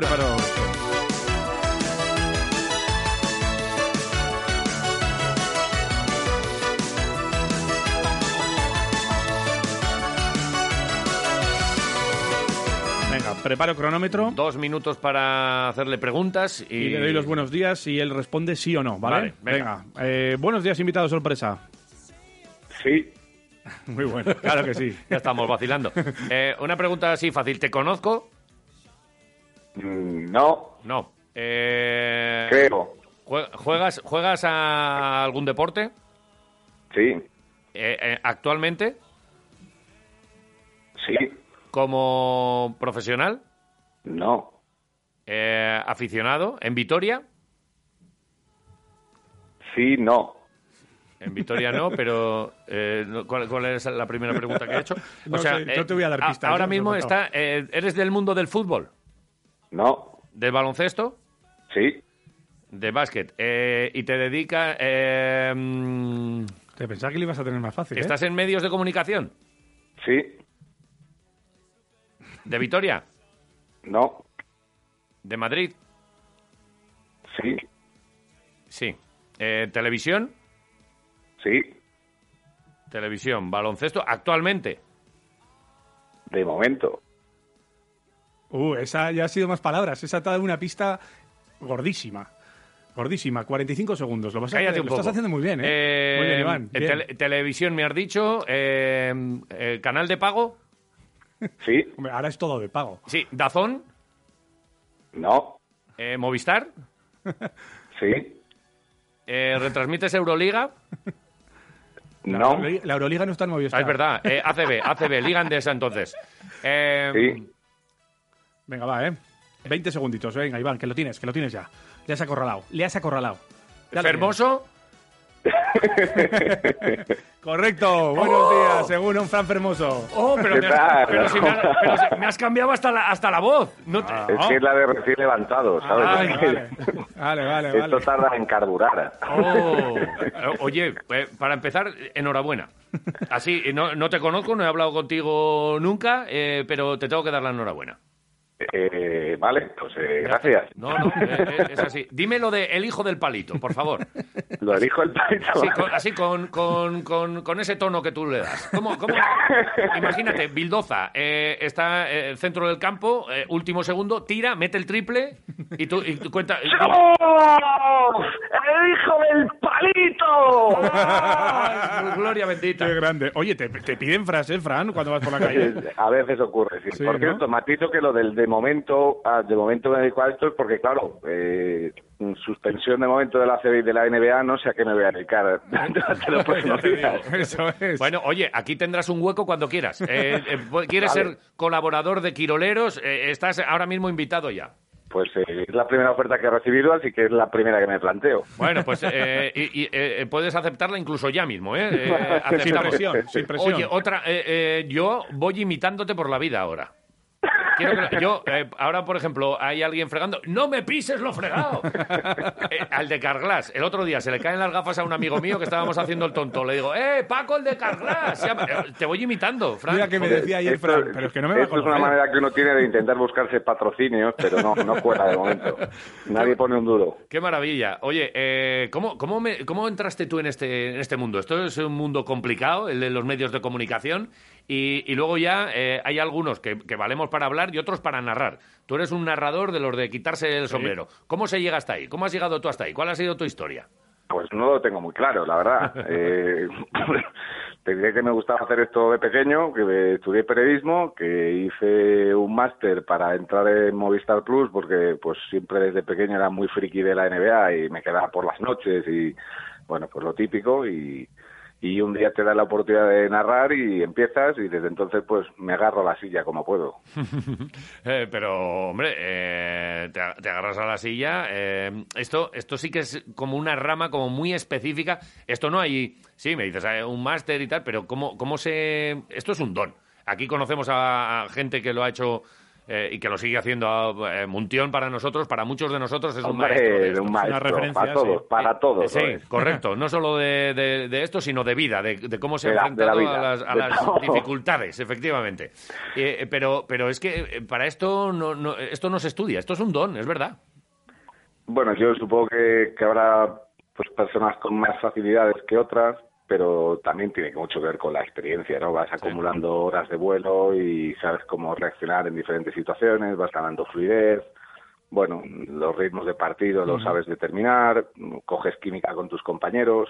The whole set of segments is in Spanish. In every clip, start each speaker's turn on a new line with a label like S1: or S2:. S1: preparado esto. Venga, preparo cronómetro
S2: Dos minutos para hacerle preguntas y,
S1: y le doy los buenos días y él responde sí o no, ¿vale?
S2: Vale, venga.
S1: Eh, buenos días, invitado sorpresa.
S3: Sí,
S1: Muy bueno, claro que sí.
S2: Ya estamos vacilando. Eh, una pregunta así fácil. ¿Te conozco?
S3: Mm, no,
S2: No. Eh,
S3: creo.
S2: jue- ¿Juegas, juegas a algún deporte
S3: Sí,
S2: Eh, eh, actualmente
S3: sí,
S2: como profesional,
S3: no,
S2: eh, aficionado, en Vitoria?
S3: sí, no.
S2: En Vitoria no, pero eh, no- ¿cuál, cuál es la primera pregunta que he hecho? eh,
S1: No sé, no te voy a dar pistas,
S2: Ahora
S1: yo no
S2: mismo
S1: he notado.
S2: está, eh, eres del mundo del fútbol,
S3: No,
S2: del baloncesto,
S3: sí,
S2: de básquet, eh, y te dedica... eh, mm,
S1: Te pensaba que le ibas a tener más fácil. ¿eh?
S2: ¿Estás en medios de comunicación?
S3: sí,
S2: ¿De Vitoria?
S3: no,
S2: ¿De Madrid?
S3: sí,
S2: Sí. Eh, ¿Televisión?
S3: sí,
S2: Televisión, baloncesto, actualmente.
S3: de momento.
S1: Uh, esa ya ha sido más palabras. Esa te ha dado una pista gordísima. Gordísima, 45 segundos. Lo, vas a-
S2: Cállate
S1: lo
S2: un poco.
S1: estás haciendo muy bien, ¿eh?
S2: Eh,
S1: muy bien, Iván.
S2: eh,
S1: bien.
S2: tele- televisión, me has dicho. eh, eh, ¿Canal de pago?
S3: Sí,
S1: Hombre, ahora es todo de pago.
S2: Sí. ¿Dazón?
S3: no,
S2: Eh, ¿Movistar?
S3: sí,
S2: Eh, ¿Retransmites Euroliga?
S3: no,
S1: La Euroliga- La Euroliga no está en Movistar.
S2: Ah, es verdad. eh, ACB, ACB, Liga Andesa entonces. Eh,
S3: sí,
S1: Venga, va, ¿eh? 20 segunditos. Venga, Iván, que lo tienes, que lo tienes ya. Le has acorralado. Le has acorralado. Ya lo
S2: ¿Fermoso?
S1: tienes. Correcto. Buenos días, según un Fran Fermoso.
S2: Oh, pero,
S3: ¿Qué
S2: me has,
S3: tal?
S2: pero si me, has, pero si- me has cambiado hasta la, hasta la voz. No te-
S3: Ah. es que es la de recién levantado, ¿sabes?
S2: Ay,
S3: Es que
S1: Ah, Vale, vale, vale.
S3: Esto
S1: vale.
S3: tarda en carburar.
S2: Oh. Oye, eh, para empezar, enhorabuena. Así, eh, no, no te conozco, no he hablado contigo nunca, eh, pero te tengo que dar la enhorabuena.
S3: Eh, vale, pues eh, gracias.
S2: No, no, eh, eh, es así. Dime lo de el hijo del palito, por favor.
S3: Lo dijo el país.
S2: Así, con, así con, con- con- con ese tono que tú le das. ¿Cómo, cómo? Imagínate, Bildoza eh, está eh, centro del campo, eh, último segundo, tira, mete el triple y tú, y tú cuenta. y-
S3: ¡Vamos! ¡El hijo del palito!
S2: ¡Ah! Gloria bendita.
S1: Qué grande. Oye, te, te piden frase, Fran, cuando vas por la calle.
S3: Eh, A veces ocurre, sí.
S1: Sí,
S3: Por
S1: ¿no?
S3: cierto, matizo que lo del de momento, ah, de momento me dedico a esto es porque, claro, eh, suspensión de momento de la CB y de la NBA, no sé a qué me voy a dedicar durante los próximos días.
S1: Eso es.
S2: Bueno, oye, aquí tendrás un hueco cuando quieras. Eh, eh, pu- ¿Quieres
S3: Vale.
S2: ser colaborador de Quiroleros? Eh, estás ahora mismo invitado ya.
S3: Pues eh, es la primera oferta que he recibido, así que es la primera que me planteo.
S2: Bueno, pues eh, y- y, eh, puedes aceptarla incluso ya mismo, ¿eh? Eh,
S1: sin
S2: aceptamos.
S1: presión, sin presión.
S2: Oye, otra. eh, eh, yo voy imitándote por la vida ahora. Quiero que lo- yo, eh, ahora, por ejemplo, hay alguien fregando. ¡No me pises lo fregado! Eh, al de Carglass. El otro día se le caen las gafas a un amigo mío que estábamos haciendo el tonto. Le digo, ¡eh, Paco, el de Carglass! Ya- eh, te voy imitando, Fran.
S1: Mira que me decía ayer,
S3: Esto-
S1: Fran, pero es que no me va a
S3: esto es una
S1: conocer.
S3: manera que uno tiene de intentar buscarse patrocinios, pero no, no cuela de momento. Nadie pone un duro.
S2: Qué maravilla. Oye, eh, ¿cómo, cómo, me- cómo entraste tú en este, en este mundo? Esto es un mundo complicado, el de los medios de comunicación, y, y luego ya eh, hay algunos que, que valemos para hablar y otros para narrar. Tú eres un narrador de los de quitarse el sombrero. ¿Cómo se llega hasta ahí? ¿Cómo has llegado tú hasta ahí? ¿Cuál ha sido tu historia?
S3: Pues no lo tengo muy claro, la verdad. Eh, te diré que me gustaba hacer esto de pequeño, que eh, estudié periodismo, que hice un máster para entrar en Movistar Plus, porque pues siempre desde pequeño era muy friki de la NBA y me quedaba por las noches y bueno, pues lo típico y y un día te da la oportunidad de narrar y empiezas y desde entonces pues me agarro a la silla como puedo.
S2: Eh, pero, hombre, eh, te, te agarras a la silla. eh, esto, esto sí que es como una rama como muy específica. Esto no hay... Sí, me dices, eh, un máster y tal, pero ¿cómo, ¿cómo se...? Esto es un don. Aquí conocemos a, a gente que lo ha hecho eh, y que lo sigue haciendo eh, Muntión para nosotros, para muchos de nosotros es
S3: Hombre,
S2: un maestro. de esto.
S3: un
S1: una
S3: maestro,
S1: referencia,
S3: para todos,
S1: sí.
S2: Eh,
S3: para todos.
S2: eh, Sí,
S3: ¿sabes?
S2: correcto. No solo de, de- de esto, sino de vida, de, de cómo se ha
S3: De la- de la
S2: enfrentado a
S3: vida,
S2: las, a
S3: de
S2: las
S3: todo.
S2: dificultades, efectivamente. Eh, eh, pero, pero es que eh, para esto no, no- esto no se estudia, esto es un don, es verdad.
S3: Bueno, yo supongo que, que habrá pues, personas con más facilidades que otras, pero también tiene mucho que ver con la experiencia, ¿no? Vas acumulando horas de vuelo y sabes cómo reaccionar en diferentes situaciones, vas ganando fluidez, bueno, los ritmos de partido los sabes determinar, coges química con tus compañeros,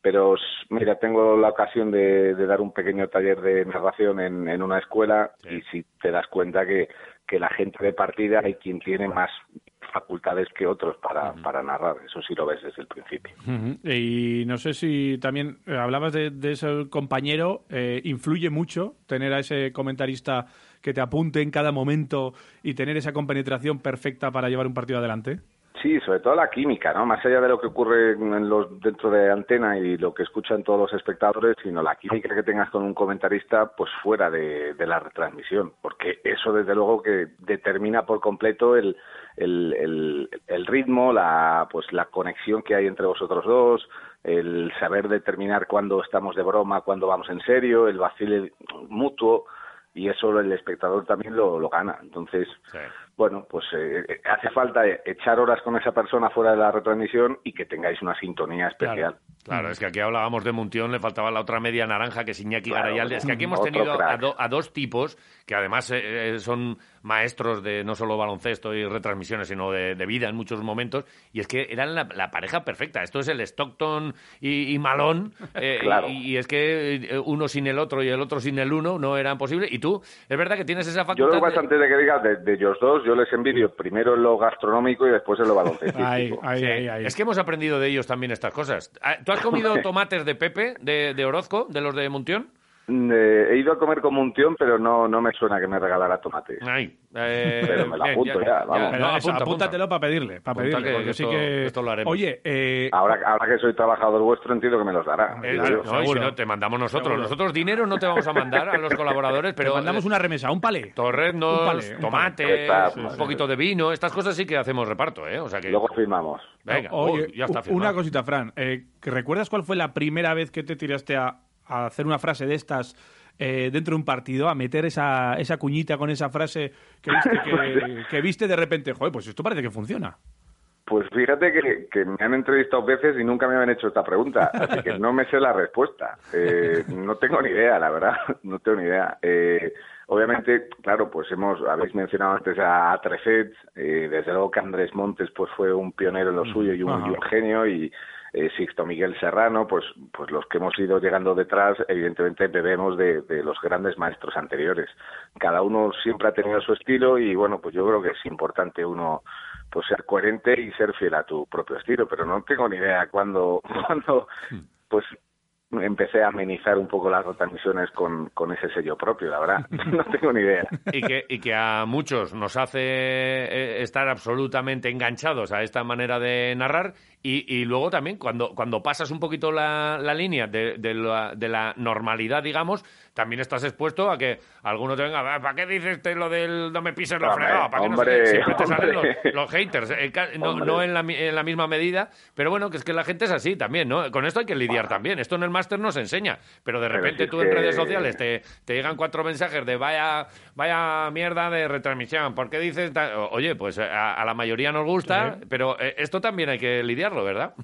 S3: pero s- mira, tengo la ocasión de, de dar un pequeño taller de narración en, en una escuela y si te das cuenta que, que la gente de partida hay quien tiene más facultades que otros para, para narrar, eso sí lo ves desde el principio.
S1: Ujú. Y no sé si también eh, hablabas de, de ese compañero, eh, influye mucho tener a ese comentarista que te apunte en cada momento y tener esa compenetración perfecta para llevar un partido adelante.
S3: Sí, sobre todo la química, ¿no? Más allá de lo que ocurre en los, dentro de antena y lo que escuchan todos los espectadores, sino la química que tengas con un comentarista, pues fuera de, de la retransmisión, porque eso desde luego que determina por completo el, el, el- el ritmo, la, pues la conexión que hay entre vosotros dos, el saber determinar cuándo estamos de broma, cuándo vamos en serio, el vacile mutuo, y eso el espectador también lo, lo gana. Entonces,
S2: Sí.
S3: bueno, pues eh, hace falta echar horas con esa persona fuera de la retransmisión y que tengáis una sintonía especial.
S2: Claro, es que aquí hablábamos de Muntión, le faltaba la otra media naranja que es Iñaki
S3: Claro, mm,
S2: Garayalde. Es que aquí hemos
S3: otro
S2: tenido a,
S3: crack.
S2: do- a dos tipos que además eh, eh, son maestros de no solo baloncesto y retransmisiones, sino de, de vida en muchos momentos. Y es que eran la, la pareja perfecta. Esto es el Stockton y, y Malón. eh,
S3: Claro.
S2: y, y es que eh, uno sin el otro y el otro sin el uno no eran posibles. Y tú, es verdad que tienes esa
S3: Yo
S2: facultad.
S3: lo que
S2: de-
S3: pasa antes de que digas de, de ellos dos, yo les envidio primero en lo gastronómico y después en lo baloncestístico.
S1: Ahí, ahí,
S2: Sí.
S1: ahí, ahí.
S2: Es que hemos aprendido de ellos también estas cosas. Ah, ¿Tú has comido tomates de Pepe, de, de Orozco, de los de Muntión?
S3: Mm, eh, he ido a comer como un tío, pero no, no me suena que me regalara tomates.
S2: Ay, eh,
S3: Pero me la
S2: bien,
S3: apunto ya, vamos.
S1: Pero
S2: no,
S1: eso,
S2: apunta,
S1: apúntatelo
S2: apunta.
S1: para pedirle, para
S2: Apunta
S1: pedirle,
S2: que
S1: porque
S2: esto-
S1: sí que...
S2: esto lo haremos. Ah,
S1: Oye, eh,
S3: Ahora, ahora que soy trabajador vuestro, entiendo que me los dará.
S2: Eh,
S3: Yo-
S2: claro, no, y si
S1: seguro.
S2: no, te mandamos nosotros.
S1: Seguro.
S2: Nosotros dinero no te vamos a mandar a los colaboradores,
S1: pero
S2: pero
S1: mandamos una remesa, un palé.
S2: torreznos,
S1: Un palé, un
S2: tomates,
S3: palé. Está, sí,
S2: un
S3: sí.
S2: poquito de vino, estas cosas sí que hacemos reparto, ¿eh? O sea que
S3: Luego firmamos.
S2: venga,
S1: Oye,
S2: uy, ya está
S1: u- una
S2: firmado.
S1: cosita, Fran. eh, ¿que ¿Recuerdas cuál fue la primera vez que te tiraste a, a hacer una frase de estas eh, dentro de un partido? A meter esa, esa cuñita con esa frase que viste, que, que viste de repente. Joder, pues esto parece que funciona.
S3: Pues fíjate que, que me han entrevistado veces y nunca me habían hecho esta pregunta, así que no me sé la respuesta. Eh, no tengo ni idea, la verdad, no tengo ni idea. Eh, obviamente, claro, pues hemos habéis mencionado antes a, a Trefet, eh, desde luego que Andrés Montes pues fue un pionero en lo suyo y un, y un genio y eh, Sixto Miguel Serrano, pues pues los que hemos ido llegando detrás, evidentemente bebemos de, de los grandes maestros anteriores. Cada uno siempre ha tenido su estilo y bueno, pues yo creo que es importante uno pues ser coherente y ser fiel a tu propio estilo, pero no tengo ni idea cuándo, cuándo
S2: Hmm.
S3: pues empecé a amenizar un poco las retransmisiones con, con ese sello propio, la verdad, no tengo ni idea.
S2: y que, y que a muchos nos hace eh, estar absolutamente enganchados a esta manera de narrar y, y luego también cuando, cuando pasas un poquito la, la línea de, de la, de la normalidad, digamos, también estás expuesto a que alguno te venga, "Ah, ¿para qué dices te lo del no me pises la
S3: Hombre,
S2: fregada? ¿Para qué no sé
S3: hombre,
S2: qué?". Siempre te salen
S3: hombre.
S2: los, los haters, eh, ca- no,
S3: Hombre.
S2: no en, la, mi- en la misma medida, pero bueno, que es que la gente es así también, ¿no? Con esto hay que lidiar también, esto en el máster nos enseña, pero de
S3: Pero
S2: repente
S3: si es
S2: tú en
S3: que-
S2: redes sociales te te, te llegan cuatro mensajes de vaya, vaya mierda de retransmisión, ¿por qué dices? ta-? O- Oye, pues a, a la mayoría nos gusta, pero eh, esto también hay que lidiarlo, ¿verdad?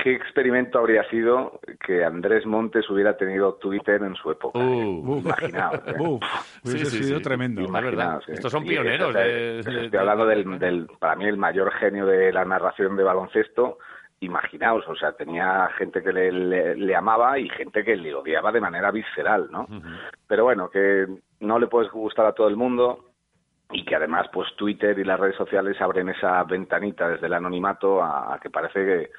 S3: ¿Qué experimento habría sido que Andrés Montes hubiera tenido Twitter en su época?
S2: Uh.
S3: Imaginaos, ¿eh?
S1: Uf, hubiese
S2: Sí, sí,
S1: sido
S2: sí.
S1: tremendo.
S2: Ima-
S3: Imaginaos, ¿eh?
S2: verdad. Estos son
S3: Y
S2: pioneros
S3: esto-
S2: de-
S3: esto
S2: de-
S3: estoy
S2: de- ¿eh?
S3: hablando
S2: de-
S3: del, del, para mí, el mayor genio de la narración de baloncesto. Imaginaos, o sea, tenía gente que le, le- le amaba y gente que le odiaba de manera visceral, ¿no? Pero bueno, que no le puedes gustar a todo el mundo y que además, pues Twitter y las redes sociales abren esa ventanita desde el anonimato a, a que parece que,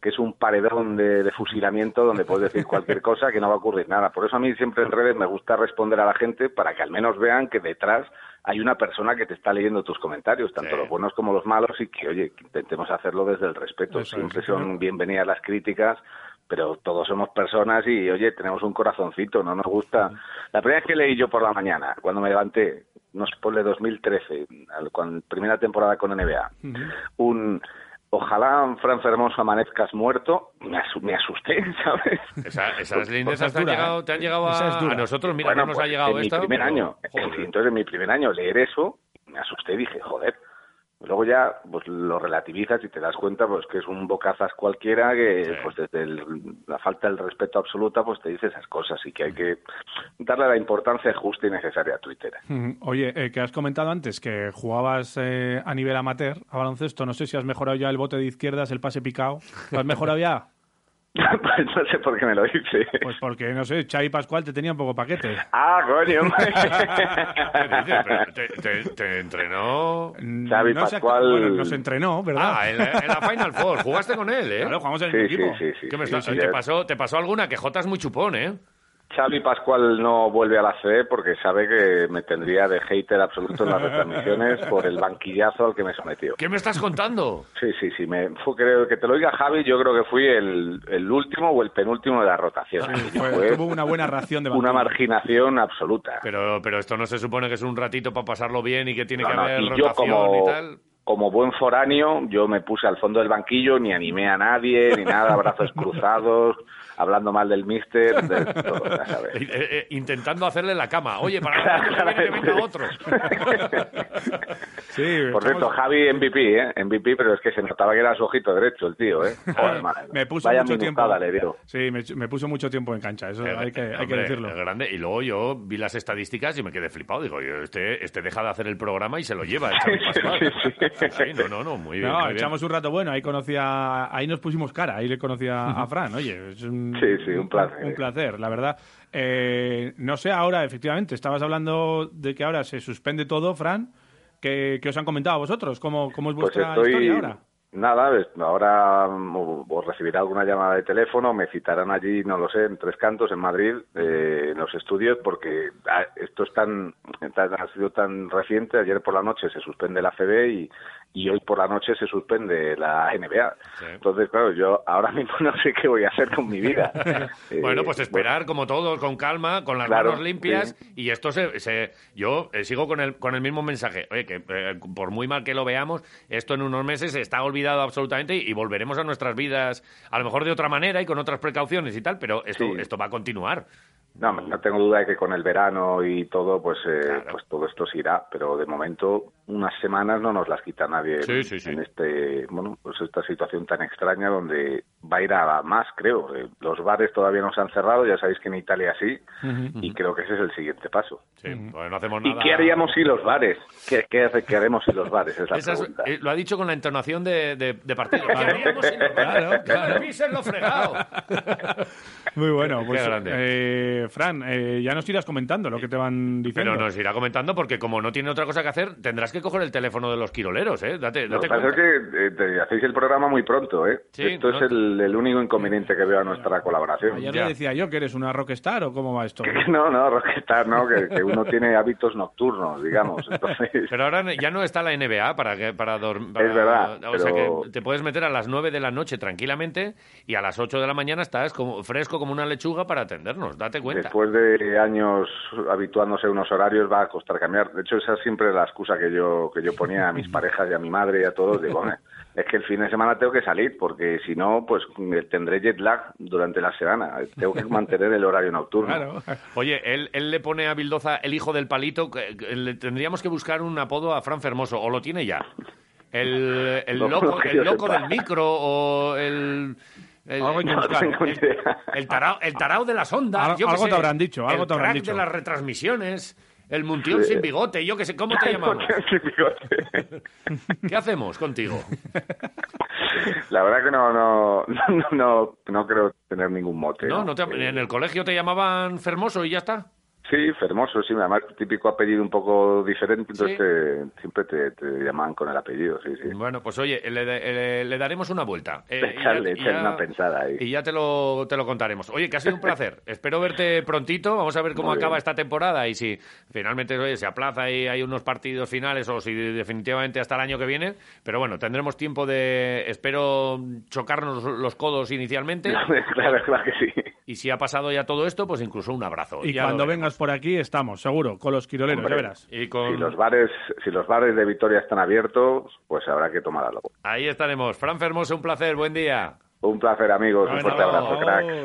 S3: que es un paredón de, de fusilamiento donde puedes decir cualquier cosa que no va a ocurrir nada. Por eso a mí siempre en redes me gusta responder a la gente para que al menos vean que detrás hay una persona que te está leyendo tus comentarios, tanto
S2: Sí.
S3: los buenos como los malos, y que, oye, que intentemos hacerlo desde el
S1: Eso
S3: respeto.
S1: es,
S3: Pues siempre
S1: sí,
S3: son
S1: señor.
S3: bienvenidas las críticas, pero todos somos personas y, oye, tenemos un corazoncito, no nos gusta. La primera vez que leí yo por la mañana, cuando me levanté, no sé, ponle 2013, al- con, primera temporada con NBA, un ojalá, Fran Fermoso, amanezcas muerto, me, asu- me asusté, ¿sabes?
S2: Esa- esas líneas
S1: esa es
S2: te, han
S1: dura,
S2: llegado,
S1: ¿eh?
S2: te han llegado
S1: Esa es
S2: a,
S1: dura.
S2: a nosotros. Mira,
S3: Bueno,
S2: no nos
S3: pues,
S2: ha llegado
S3: en
S2: esta.
S3: Mi primer
S2: pero-
S3: año,
S2: joder.
S3: entonces en mi primer año leer eso, me asusté y dije, joder. Luego ya pues lo relativizas y te das cuenta pues que es un bocazas cualquiera que
S2: Sí.
S3: pues desde el- la falta del respeto absoluta pues te dice esas cosas y que hay que darle la importancia justa y necesaria a Twitter.
S1: Mm, Oye, eh, que has comentado antes que jugabas eh, a nivel amateur a baloncesto. No sé si has mejorado ya el bote de izquierdas, el pase picado. ¿Lo has mejorado ya?
S3: Pues no sé por qué me lo dice.
S1: Pues porque, no sé, Xavi Pascual te tenía un poco paquete.
S3: Ah, coño.
S2: Pero, oye, pero te, te- te entrenó.
S1: Mm,
S3: Xavi
S1: no sé a qué-
S3: Pascual- ¿eh?
S1: bueno, nos entrenó, ¿verdad?
S2: Ah, en la, en la Final Four. Jugaste con él, ¿eh?
S1: Claro, jugamos en el
S3: sí, sí,
S1: mismo equipo.
S3: sí, sí.
S2: ¿Qué me
S3: sí,
S2: estás-
S3: sí,
S2: te,
S3: ya-
S2: pasó, te pasó alguna que Jota es muy chupón, ¿eh?
S3: Xavi Pascual no vuelve a la CE porque sabe que me tendría de hater absoluto en las retransmisiones por el banquillazo al que me sometió.
S2: ¿Qué me estás contando?
S3: Sí, sí, sí. Me, fue- creo que te lo diga Javi, yo creo que fui el, el último o el penúltimo de la
S2: Ah,
S3: rotación.
S1: Sí, fue-
S3: Fue
S1: Pues tuvo una buena ración de
S3: Pues una
S1: banquillo.
S3: marginación absoluta.
S2: Pero, pero esto no se supone que es un ratito para pasarlo bien y que tiene
S3: No,
S2: que
S3: no,
S2: haber
S3: y yo
S2: rotación
S3: como,
S2: y tal.
S3: como buen foráneo, yo me puse al fondo del banquillo, ni animé a nadie, ni nada, brazos cruzados, hablando mal del míster, de todo, ya sabes.
S2: Eh, eh, eh, intentando hacerle la cama. Oye, para que viene que venga otro.
S1: Sí, estamos-
S3: Por cierto, Javi MVP, ¿eh? MVP, pero es que se notaba que era su ojito derecho el tío, ¿eh? Joder, madre.
S1: me puso
S3: Vaya
S1: mucho tiempo.
S3: minutada le dio.
S1: Sí, me, me puso mucho tiempo en cancha, eso hay que, hay que
S2: Hombre,
S1: decirlo.
S2: es grande. Y luego yo vi las estadísticas y me quedé flipado. Digo, yo, este, este deja de hacer el programa y se lo lleva. el Xavi Pascual. Sí, no, no, no, muy bien.
S1: No,
S2: muy bien.
S1: echamos un rato bueno, ahí conocía, ahí nos pusimos cara, ahí le conocía a Fran, oye, es un,
S3: Sí, sí, un placer.
S1: un placer, la verdad. Eh, no sé ahora, efectivamente, estabas hablando de que ahora se suspende todo, Fran, que, os han comentado a vosotros, ¿cómo, cómo es
S3: Pues
S1: vuestra
S3: estoy...
S1: historia ahora?
S3: Nada, ves, ahora mm, os recibirá alguna llamada de teléfono, me citarán allí, no lo sé, en Tres Cantos, en Madrid, eh, en los estudios, porque ah, esto es tan, tan- ha sido tan reciente, ayer por la noche se suspende la FB y, y hoy por la noche se suspende la NBA.
S2: Sí.
S3: Entonces, claro, yo ahora mismo no sé qué voy a hacer con mi vida. Eh,
S2: Bueno, pues esperar como todos, con calma, con las
S3: Claro,
S2: manos limpias. Y esto se, se- yo eh, sigo con el, con el mismo mensaje. Oye, que eh, por muy mal que lo veamos, esto en unos meses está olvidado absolutamente y, y volveremos a nuestras vidas, a lo mejor de otra manera y con otras precauciones y tal, pero esto,
S3: Sí.
S2: esto va a continuar.
S3: No, no tengo duda de que con el verano y todo, pues, eh,
S2: Claro.
S3: pues todo esto se irá, pero de momento unas semanas no nos las quita nadie
S2: Sí,
S3: en-
S2: sí, sí.
S3: en este, bueno, pues esta situación tan extraña donde va a ir a más, creo. Eh, Los bares todavía no se han cerrado, ya sabéis que en Italia sí, y creo que ese es el siguiente paso.
S2: Sí, pues no hacemos
S3: ¿Y
S2: nada.
S3: qué haríamos si los bares? ¿Qué, qué hace- qué haremos si los bares? Es la
S2: Esas-
S3: pregunta.
S2: eh, lo ha dicho con la entonación de, de, de partido. ¿Qué haríamos si nos-
S1: Claro, claro.
S2: Con el mísero fregado.
S1: Muy bueno,
S2: Qué
S1: pues
S2: grande.
S1: eh, Fran, eh, ya nos irás comentando lo que te van diciendo.
S2: Pero nos irá comentando porque como no tiene otra cosa que hacer, tendrás que coger el teléfono de los quiroleros, ¿eh? Date,
S3: Lo
S2: date
S3: que pasa es
S2: cuenta.
S3: que eh, te- hacéis el programa muy pronto, ¿eh?
S2: Sí,
S3: Esto es
S2: no-
S3: el, el único inconveniente que veo a nuestra colaboración.
S1: Ayer
S2: ya.
S1: le decía yo que eres una rockstar o cómo va esto.
S3: No, no, Rockstar, no, que, que uno tiene hábitos nocturnos, digamos. Entonces,
S2: Pero ahora ya no está la NBA para que para dormir.
S3: Es verdad,
S2: O sea
S3: pero-
S2: que te puedes meter a las 9 de la noche tranquilamente y a las 8 de la mañana estás como fresco como una lechuga para atendernos. Date cuenta.
S3: después de años habituándose a unos horarios, va a costar cambiar. De hecho, esa es siempre la excusa que yo que yo ponía a mis parejas y a mi madre y a todos. Digo, "Hombre, es que el fin de semana tengo que salir, porque si no, pues tendré jet lag durante la semana. Tengo que mantener el horario nocturno.
S1: Claro.
S2: Oye, él, él le pone a Bildoza el hijo del palito. que- que Le tendríamos que buscar un apodo a Fran Fermoso, o lo tiene ya. El, el
S3: No,
S2: loco,
S3: no que
S2: el
S3: yo
S2: loco
S3: sepa.
S2: del micro, o el. el-
S1: Algo hay que
S2: el-
S1: buscar.
S3: No tengo ni idea.
S2: El tarao, el tarao de las ondas.
S1: Algo-
S2: yo qué
S1: algo
S2: sé.
S1: te habrán dicho, algo
S2: el
S1: te habrán
S2: crack
S1: dicho.
S2: de las retransmisiones. El muntión sin bigote, yo qué sé, ¿cómo te llamamos? ¿Qué hacemos contigo?
S3: La verdad que no, no, no, no, no creo tener ningún mote.
S2: No, no te- en el colegio te llamaban Fermoso y ya está.
S3: Sí, Fermoso, sí, además típico apellido un poco diferente, entonces
S2: Sí.
S3: te- siempre te, te llaman con el apellido, sí, sí.
S2: Bueno, pues oye, le, le- le daremos una vuelta. Eh, y ya-
S3: Echarle,
S2: y
S3: echarle
S2: ya-
S3: una pensada ahí.
S2: Y ya te lo, te lo contaremos. Oye, que ha sido un placer. Espero verte prontito. Vamos a ver cómo
S3: Muy
S2: acaba
S3: bien.
S2: esta temporada y si finalmente oye, se aplaza y hay unos partidos finales o si definitivamente hasta el año que viene. Pero bueno, tendremos tiempo de, espero, chocarnos los codos inicialmente.
S3: claro, claro que sí.
S2: Y si ha pasado ya todo esto, pues incluso un abrazo.
S1: Y
S2: Ya lo
S1: cuando
S2: veremos.
S1: vengas por aquí estamos, seguro, con los quiroleros,
S3: Hombre.
S1: ya verás.
S2: Y con...
S3: Si los bares, si los bares de Vitoria están abiertos, pues habrá que tomar algo.
S2: Ahí estaremos. Fran Fermoso, un placer. Buen día.
S3: Un placer, amigos. Un
S1: Venga,
S3: fuerte
S1: vamos.
S3: abrazo, crack.